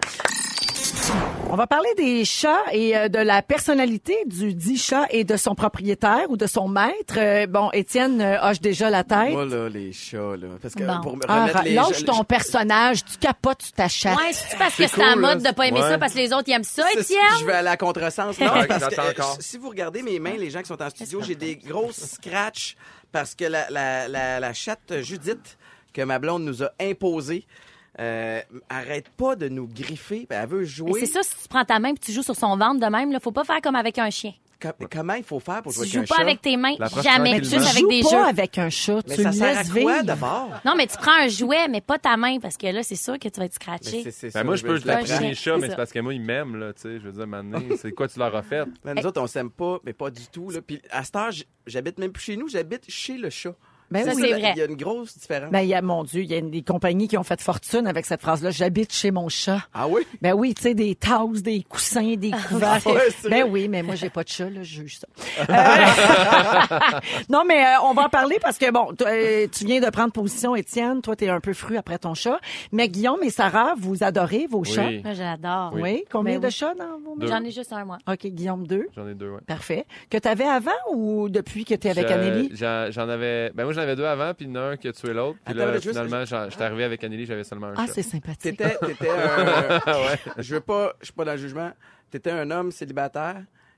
[SPEAKER 3] On va parler des chats et euh, de la personnalité du dit chat et de son propriétaire ou de son maître. Euh, bon, Étienne euh, hoche déjà la tête.
[SPEAKER 4] Moi, là, les chats, là. Parce que
[SPEAKER 5] Bon.
[SPEAKER 4] pour me
[SPEAKER 3] Ah,
[SPEAKER 4] remettre les
[SPEAKER 3] lâche
[SPEAKER 4] les-
[SPEAKER 3] ton personnage, tu capotes, tu t'achètes.
[SPEAKER 5] Ouais, c'est parce que
[SPEAKER 6] C'est
[SPEAKER 5] c'est en
[SPEAKER 6] cool,
[SPEAKER 5] mode
[SPEAKER 6] là.
[SPEAKER 5] de pas aimer
[SPEAKER 6] Ouais.
[SPEAKER 5] ça parce que les autres ils aiment ça,
[SPEAKER 4] C'est-
[SPEAKER 5] Étienne.
[SPEAKER 4] Je vais aller à
[SPEAKER 5] (laughs)
[SPEAKER 4] contresens. Non,
[SPEAKER 6] Ouais,
[SPEAKER 4] parce que,
[SPEAKER 6] j'attends
[SPEAKER 4] euh,
[SPEAKER 6] encore.
[SPEAKER 4] si vous regardez mes mains, les gens qui sont en studio, j'ai des grosses scratchs parce que la, la, la, la chatte Judith que ma blonde nous a imposée euh, arrête pas de nous griffer. Ben, elle veut
[SPEAKER 5] Mais
[SPEAKER 4] jouer.
[SPEAKER 5] C'est ça, si tu prends ta main puis tu joues sur son ventre de même, là, faut pas faire comme avec un chien.
[SPEAKER 4] Com- comment il faut faire pour jouer
[SPEAKER 5] Tu
[SPEAKER 4] avec un
[SPEAKER 5] joues pas
[SPEAKER 4] chat?
[SPEAKER 5] avec tes mains,
[SPEAKER 6] La prochaine fois
[SPEAKER 5] jamais,
[SPEAKER 6] qu'il
[SPEAKER 5] juste
[SPEAKER 3] Tu
[SPEAKER 6] le
[SPEAKER 5] avec
[SPEAKER 3] joues
[SPEAKER 5] des
[SPEAKER 3] pas
[SPEAKER 5] jeux.
[SPEAKER 3] avec un chat,
[SPEAKER 4] Mais
[SPEAKER 3] tu le
[SPEAKER 4] ça sert à
[SPEAKER 3] laisses
[SPEAKER 4] quoi
[SPEAKER 3] vivre.
[SPEAKER 4] d'abord?
[SPEAKER 5] Non, mais tu prends un jouet, mais pas ta main, parce que là, c'est sûr que tu vas être
[SPEAKER 4] Mais
[SPEAKER 5] scratché.
[SPEAKER 4] c'est- c'est
[SPEAKER 6] Ben,
[SPEAKER 4] ça,
[SPEAKER 6] moi, je peux
[SPEAKER 4] la
[SPEAKER 5] l'apprends.
[SPEAKER 6] l'apprendre mes chats, mais
[SPEAKER 5] C'est
[SPEAKER 6] c'est
[SPEAKER 5] ça.
[SPEAKER 6] parce que moi, ils m'aiment, là, tu sais. Je veux dire, maintenant, c'est quoi tu leur as fait?
[SPEAKER 4] Ben, nous autres, on s'aime pas, mais pas du tout. Là. Puis à cette heure, j- j'habite même plus chez nous, j'habite chez le chat.
[SPEAKER 3] Ben
[SPEAKER 5] Ça,
[SPEAKER 3] oui.
[SPEAKER 4] Il
[SPEAKER 5] c'est
[SPEAKER 4] y a-
[SPEAKER 5] vrai.
[SPEAKER 4] Il y a une grosse différence.
[SPEAKER 3] Ben, il y a, mon Dieu, il y a des compagnies qui ont fait fortune avec cette phrase-là. J'habite chez mon chat.
[SPEAKER 4] Ah oui?
[SPEAKER 3] Ben oui, tu sais, des tasses, des coussins, des couverts.
[SPEAKER 4] ouais, c'est
[SPEAKER 3] ben
[SPEAKER 4] vrai.
[SPEAKER 3] oui, mais moi, j'ai pas de chat, là, je juge ça. Euh, (laughs) non, mais euh, on va en parler parce que, bon, toi, euh, tu viens de prendre position, Étienne. Toi, t'es un peu fru après ton chat. Mais Guillaume et Sarah, vous adorez vos chats.
[SPEAKER 6] Oui,
[SPEAKER 5] Moi, j'adore.
[SPEAKER 3] Oui. Combien
[SPEAKER 5] Ben
[SPEAKER 3] de
[SPEAKER 5] oui.
[SPEAKER 3] chats dans vos
[SPEAKER 6] Deux.
[SPEAKER 5] J'en ai juste un, moi.
[SPEAKER 3] OK, Guillaume, deux.
[SPEAKER 6] j'en ai deux, ouais.
[SPEAKER 3] Parfait. Que t'avais avant ou depuis que t'es avec
[SPEAKER 6] Je-
[SPEAKER 3] Amélie?
[SPEAKER 6] j'en- J'en avais. Ben, moi, j'en avais deux avant, puis il y en a un qui a tué l'autre. Puis
[SPEAKER 4] Attends,
[SPEAKER 6] là,
[SPEAKER 4] mais juste-
[SPEAKER 6] finalement, j'en- j'étais arrivé avec Anneli, j'avais seulement un
[SPEAKER 3] Ah,
[SPEAKER 6] chat.
[SPEAKER 3] c'est sympathique. (laughs)
[SPEAKER 4] T'étais, t'étais un.
[SPEAKER 6] Ah, ouais.
[SPEAKER 4] Je veux pas, je suis pas dans le jugement. T'étais un homme célibataire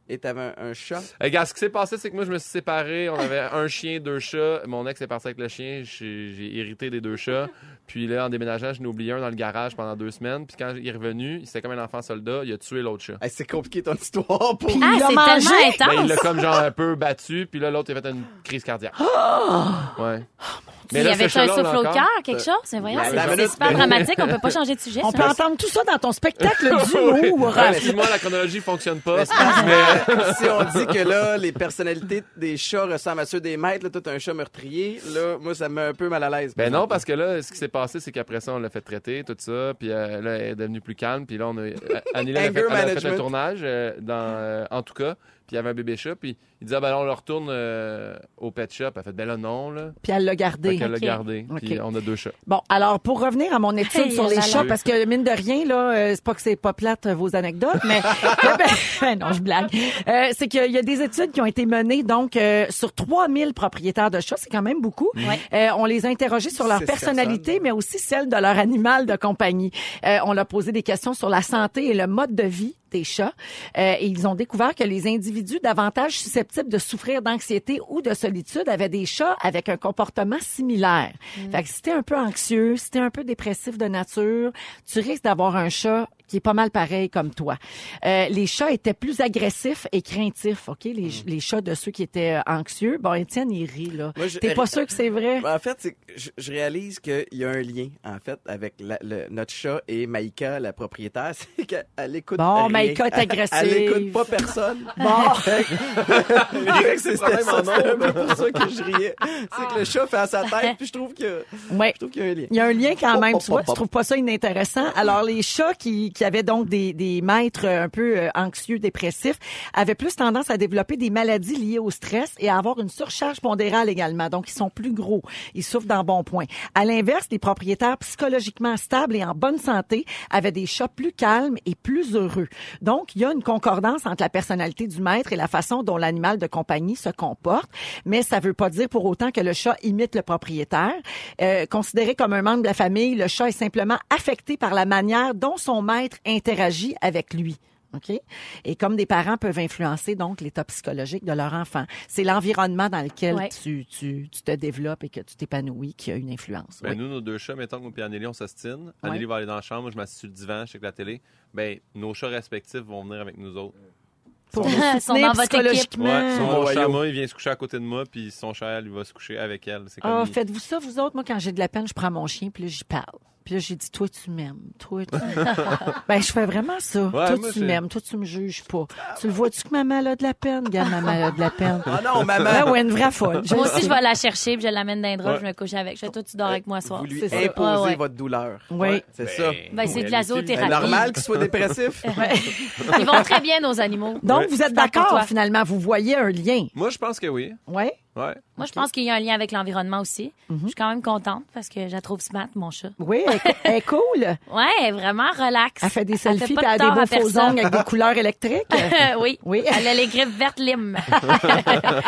[SPEAKER 4] et t'avais un, un chat.
[SPEAKER 6] Eh, Regarde, ce qui s'est passé, c'est que moi, je me suis séparé. On avait un chien, deux chats. Mon ex est parti avec le chien. J'ai j'ai hérité des deux chats. Puis là, en déménageant, je n'ai oublié un dans le garage pendant deux semaines. Puis quand il est revenu, il était comme un enfant soldat. Il a tué l'autre chat.
[SPEAKER 4] Hey, c'est compliqué ton histoire pour. (laughs)
[SPEAKER 3] Puis-
[SPEAKER 5] Ah,
[SPEAKER 3] Il l'a
[SPEAKER 5] c'est
[SPEAKER 3] mangé?
[SPEAKER 5] tellement intense.
[SPEAKER 6] Ben, il l'a comme genre un peu battu, puis là, l'autre, il a fait une crise cardiaque.
[SPEAKER 5] Oh!
[SPEAKER 6] ouais.
[SPEAKER 5] il y
[SPEAKER 6] là, ce
[SPEAKER 5] avait un
[SPEAKER 6] chat-là, on l'a
[SPEAKER 5] souffle au
[SPEAKER 6] encore. (laughs)
[SPEAKER 5] cœur,
[SPEAKER 3] Euh,
[SPEAKER 5] quelque chose? Mais voyons,
[SPEAKER 4] La-
[SPEAKER 5] c'est
[SPEAKER 4] la
[SPEAKER 5] c'est
[SPEAKER 4] minute-
[SPEAKER 5] super dramatique, on peut pas changer de sujet.
[SPEAKER 3] On
[SPEAKER 5] ça.
[SPEAKER 3] peut entendre tout ça dans ton
[SPEAKER 6] (laughs)
[SPEAKER 3] spectacle d'humour.
[SPEAKER 6] Ouais, Excuse-moi, la chronologie fonctionne pas.
[SPEAKER 3] Ah!
[SPEAKER 4] Mais (laughs) si on dit que là, les personnalités des chats ressemblent à ceux des maîtres, là, toi, t'as un chat meurtrier, là, moi, ça me met un peu mal à l'aise.
[SPEAKER 6] Ben non, parce que là, ce qui s'est passé, c'est qu'après ça, on l'a fait traiter, tout ça, puis euh, là, elle est devenue plus calme, puis là, on a, euh, Annie, elle a fait,
[SPEAKER 4] Anger
[SPEAKER 6] elle a fait
[SPEAKER 4] management.
[SPEAKER 6] le tournage, euh, dans, euh, en tout cas, puis il y avait un bébé chat, puis il disait, ah, ben là, on le retourne euh, au pet shop. Elle fait, ben là, non, là.
[SPEAKER 3] Puis elle l'a
[SPEAKER 6] Fait
[SPEAKER 3] gardé.
[SPEAKER 6] qu'elle l'a
[SPEAKER 5] Ok.
[SPEAKER 6] gardé, puis
[SPEAKER 3] Ok.
[SPEAKER 6] on a deux chats.
[SPEAKER 3] Bon, alors pour revenir à mon étude
[SPEAKER 5] Hey, euh,
[SPEAKER 3] sur les
[SPEAKER 5] là, là.
[SPEAKER 3] chats, parce que mine de rien, là, euh, c'est pas que c'est pas plate euh, vos anecdotes,
[SPEAKER 5] (laughs)
[SPEAKER 3] mais Ben, (laughs) non, je blague. Euh, c'est qu'il y a des études qui ont été menées donc euh, sur 3000 propriétaires de chats, c'est quand même beaucoup.
[SPEAKER 5] Ouais.
[SPEAKER 3] Euh, on les a interrogés sur leur
[SPEAKER 4] Six
[SPEAKER 3] personnalité,
[SPEAKER 4] personnes.
[SPEAKER 3] mais aussi celle de leur animal de compagnie. Euh, on leur a posé des questions sur la santé et le mode de vie des chats. Euh, et ils ont découvert que les individus davantage susceptibles de souffrir d'anxiété ou de solitude avaient des chats avec un comportement similaire. Fait que si t'es un peu anxieux, si t'es un peu dépressif de nature, tu risques d'avoir un chat qui est pas mal pareil comme toi. Euh, les chats étaient plus agressifs et craintifs, OK? Les,
[SPEAKER 4] Mm.
[SPEAKER 3] les chats de ceux qui étaient euh, anxieux. Bon, Étienne, il rit, là.
[SPEAKER 4] Moi, je-
[SPEAKER 3] T'es pas sûr que c'est vrai?
[SPEAKER 4] Ben, En fait, c'est que je, je réalise qu'il y a un lien, en fait, avec la- le- notre chat et Maïka, la propriétaire. (laughs) C'est qu'elle écoute
[SPEAKER 3] Bon,
[SPEAKER 4] rien.
[SPEAKER 3] Maïka est
[SPEAKER 4] Elle- Elle
[SPEAKER 3] agressive.
[SPEAKER 4] écoute pas personne.
[SPEAKER 3] (laughs)
[SPEAKER 4] (laughs)
[SPEAKER 3] Bon.
[SPEAKER 4] Fait que C'était ça, c'était un peu pour ça que je riais. C'est que le chat fait à
[SPEAKER 3] (laughs)
[SPEAKER 4] sa tête, puis je trouve que
[SPEAKER 3] Ouais.
[SPEAKER 4] je trouve qu'il y a un lien.
[SPEAKER 3] Il y a un lien quand
[SPEAKER 4] Pop,
[SPEAKER 3] même,
[SPEAKER 4] pop,
[SPEAKER 3] tu vois,
[SPEAKER 4] pop,
[SPEAKER 3] tu
[SPEAKER 4] pop.
[SPEAKER 3] trouves pas ça inintéressant. Alors, les chats qui, qui avaient donc des, des maîtres euh, un peu euh, anxieux, dépressifs, avaient plus tendance à développer des maladies liées au stress et à avoir une surcharge pondérale également. Donc, ils sont plus gros, ils souffrent d'un bon point. À l'inverse, les propriétaires psychologiquement stables et en bonne santé avaient des chats plus calmes et plus heureux. Donc, il y a une concordance entre la personnalité du maître et la façon dont l'animal de compagnie se comporte, mais ça veut pas dire pour autant que le chat imite le propriétaire. Euh, considéré comme un membre de la famille, le chat est simplement affecté par la manière dont son maître interagit avec lui. OK? Et comme des parents peuvent influencer donc l'état psychologique de leur enfant, c'est l'environnement dans lequel
[SPEAKER 5] Ouais.
[SPEAKER 3] tu, tu, tu te développes et que tu t'épanouis qui a une influence.
[SPEAKER 6] Ben,
[SPEAKER 3] Oui.
[SPEAKER 6] nous, nos deux chats, mettons qu'on puis Anneli, on s'ostine. Anneli va aller dans la chambre, moi, je m'assieds sur le divan, je check la télé. Ben, nos chats respectifs vont venir avec nous autres.
[SPEAKER 3] Pour
[SPEAKER 5] (laughs) Ils
[SPEAKER 3] nous
[SPEAKER 5] sont
[SPEAKER 3] soutenir
[SPEAKER 5] dans votre équipe.
[SPEAKER 3] psychologiquement.
[SPEAKER 6] Ouais, son mon
[SPEAKER 4] Voyons.
[SPEAKER 6] chat, moi, il vient se coucher à côté de moi, puis son chat, lui, va se coucher avec elle. C'est comme
[SPEAKER 3] Ah,
[SPEAKER 6] il-
[SPEAKER 3] faites-vous ça, vous autres? Moi, quand j'ai de la peine, je prends mon chien, puis là, j'y parle. Puis là, j'ai dit, toi, tu m'aimes. Toi, tu
[SPEAKER 6] (laughs)
[SPEAKER 3] Ben, je fais vraiment ça. toi,
[SPEAKER 6] moi,
[SPEAKER 3] tu
[SPEAKER 6] c'est-
[SPEAKER 3] m'aimes. Toi, tu me juges pas. Tu le vois-tu que maman, elle a de la peine? Regarde, maman, elle a de la
[SPEAKER 6] (laughs)
[SPEAKER 3] peine.
[SPEAKER 4] Ah non, maman!
[SPEAKER 3] Ben ouais, une vraie folle. Je
[SPEAKER 5] Moi
[SPEAKER 3] le
[SPEAKER 5] aussi, je
[SPEAKER 3] sais.
[SPEAKER 5] vais la chercher, puis je l'amène dans les draps,
[SPEAKER 6] Ouais.
[SPEAKER 5] je me couche avec. Je fais, toi, tu
[SPEAKER 3] Euh,
[SPEAKER 5] dors avec moi ce soir.
[SPEAKER 4] Vous lui
[SPEAKER 3] C'est ça.
[SPEAKER 4] imposez
[SPEAKER 5] Ah ouais.
[SPEAKER 4] votre douleur.
[SPEAKER 3] Oui.
[SPEAKER 4] Ouais, C'est ça.
[SPEAKER 5] Ben, c'est de la zoothérapie.
[SPEAKER 4] C'est normal qu'il
[SPEAKER 3] (laughs)
[SPEAKER 4] soit dépressif.
[SPEAKER 5] Ils vont très bien, nos animaux.
[SPEAKER 3] Donc,
[SPEAKER 6] Ouais.
[SPEAKER 3] vous êtes
[SPEAKER 5] Je parle pour
[SPEAKER 3] d'accord,
[SPEAKER 5] toi.
[SPEAKER 3] finalement. Vous voyez un lien.
[SPEAKER 6] Moi, je pense que oui.
[SPEAKER 3] Ouais.
[SPEAKER 6] Ouais.
[SPEAKER 5] Moi, je pense qu'il y a un lien avec l'environnement aussi.
[SPEAKER 3] Mhm.
[SPEAKER 5] Je suis quand même contente parce que je la trouve smart, mon chat.
[SPEAKER 3] Oui, elle, est cou- elle est cool.
[SPEAKER 5] Ouais, elle est vraiment relax.
[SPEAKER 3] Elle fait des
[SPEAKER 5] Elle
[SPEAKER 3] selfies,
[SPEAKER 5] pas
[SPEAKER 3] puis elle
[SPEAKER 5] de
[SPEAKER 3] a des
[SPEAKER 5] tort
[SPEAKER 3] beaux
[SPEAKER 5] à
[SPEAKER 3] faux
[SPEAKER 5] personne.
[SPEAKER 3] ongles avec des couleurs électriques.
[SPEAKER 5] (laughs) oui.
[SPEAKER 3] Oui.
[SPEAKER 5] Elle a les griffes vertes (laughs) lime.
[SPEAKER 3] Ah,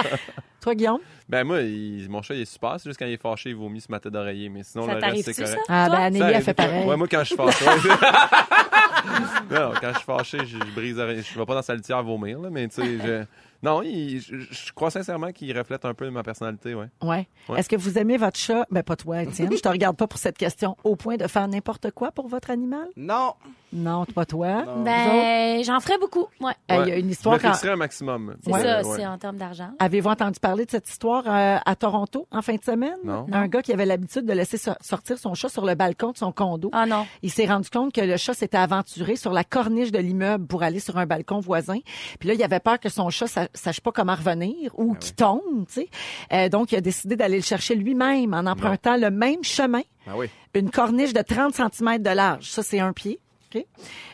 [SPEAKER 3] Toi, Guillaume?
[SPEAKER 6] Ben, moi, il- mon chat, il est super. C'est juste quand il est fâché, il vomit sur ma tête d'oreiller. Mais sinon,
[SPEAKER 5] Ça
[SPEAKER 6] le reste, c'est
[SPEAKER 5] t'arrive-tu, ça?
[SPEAKER 6] correct.
[SPEAKER 3] Ah, ben,
[SPEAKER 5] Toi?
[SPEAKER 6] Ça
[SPEAKER 3] Anélie, elle
[SPEAKER 6] arrive
[SPEAKER 3] fait
[SPEAKER 6] des fois.
[SPEAKER 3] pareil.
[SPEAKER 6] Ouais, moi, quand je suis fâché.
[SPEAKER 3] (laughs)
[SPEAKER 6] non, quand je suis fâché, je, je brise la- Je vais pas dans sa litière vomir, là, mais tu sais, je. Non, il- je, je crois sincèrement qu'il reflète un peu ma personnalité, ouais.
[SPEAKER 3] Ouais.
[SPEAKER 6] Ouais.
[SPEAKER 3] Est-ce que vous aimez votre chat? Ben, pas toi, Étienne. je te regarde pas pour cette question. Au point de faire n'importe quoi pour votre animal?
[SPEAKER 4] Non.
[SPEAKER 3] Non, pas toi.
[SPEAKER 4] Non.
[SPEAKER 5] Ben, j'en ferais beaucoup. Ouais.
[SPEAKER 3] Euh, Il
[SPEAKER 6] Ouais.
[SPEAKER 3] y a une
[SPEAKER 6] Je me
[SPEAKER 3] histoire. quand-
[SPEAKER 6] fixerais un maximum.
[SPEAKER 5] C'est
[SPEAKER 6] Ouais,
[SPEAKER 5] ça,
[SPEAKER 6] ouais.
[SPEAKER 5] c'est en termes d'argent.
[SPEAKER 3] Hein? Avez-vous entendu parler de cette histoire euh, à Toronto en fin de semaine?
[SPEAKER 6] Non.
[SPEAKER 3] Un gars qui avait l'habitude de laisser so- sortir son chat sur le balcon de son condo.
[SPEAKER 5] Ah non.
[SPEAKER 3] Il s'est rendu compte que le chat s'était aventuré sur la corniche de l'immeuble pour aller sur un balcon voisin. Puis là, il avait peur que son chat sa- sache pas comment revenir
[SPEAKER 6] Ah
[SPEAKER 3] ou qu'il tombe, tu sais. Euh, donc, il a décidé d'aller le chercher lui-même en empruntant le même chemin,
[SPEAKER 6] Ah oui.
[SPEAKER 3] une corniche de 30 cm de large. Ça, c'est un pied. OK?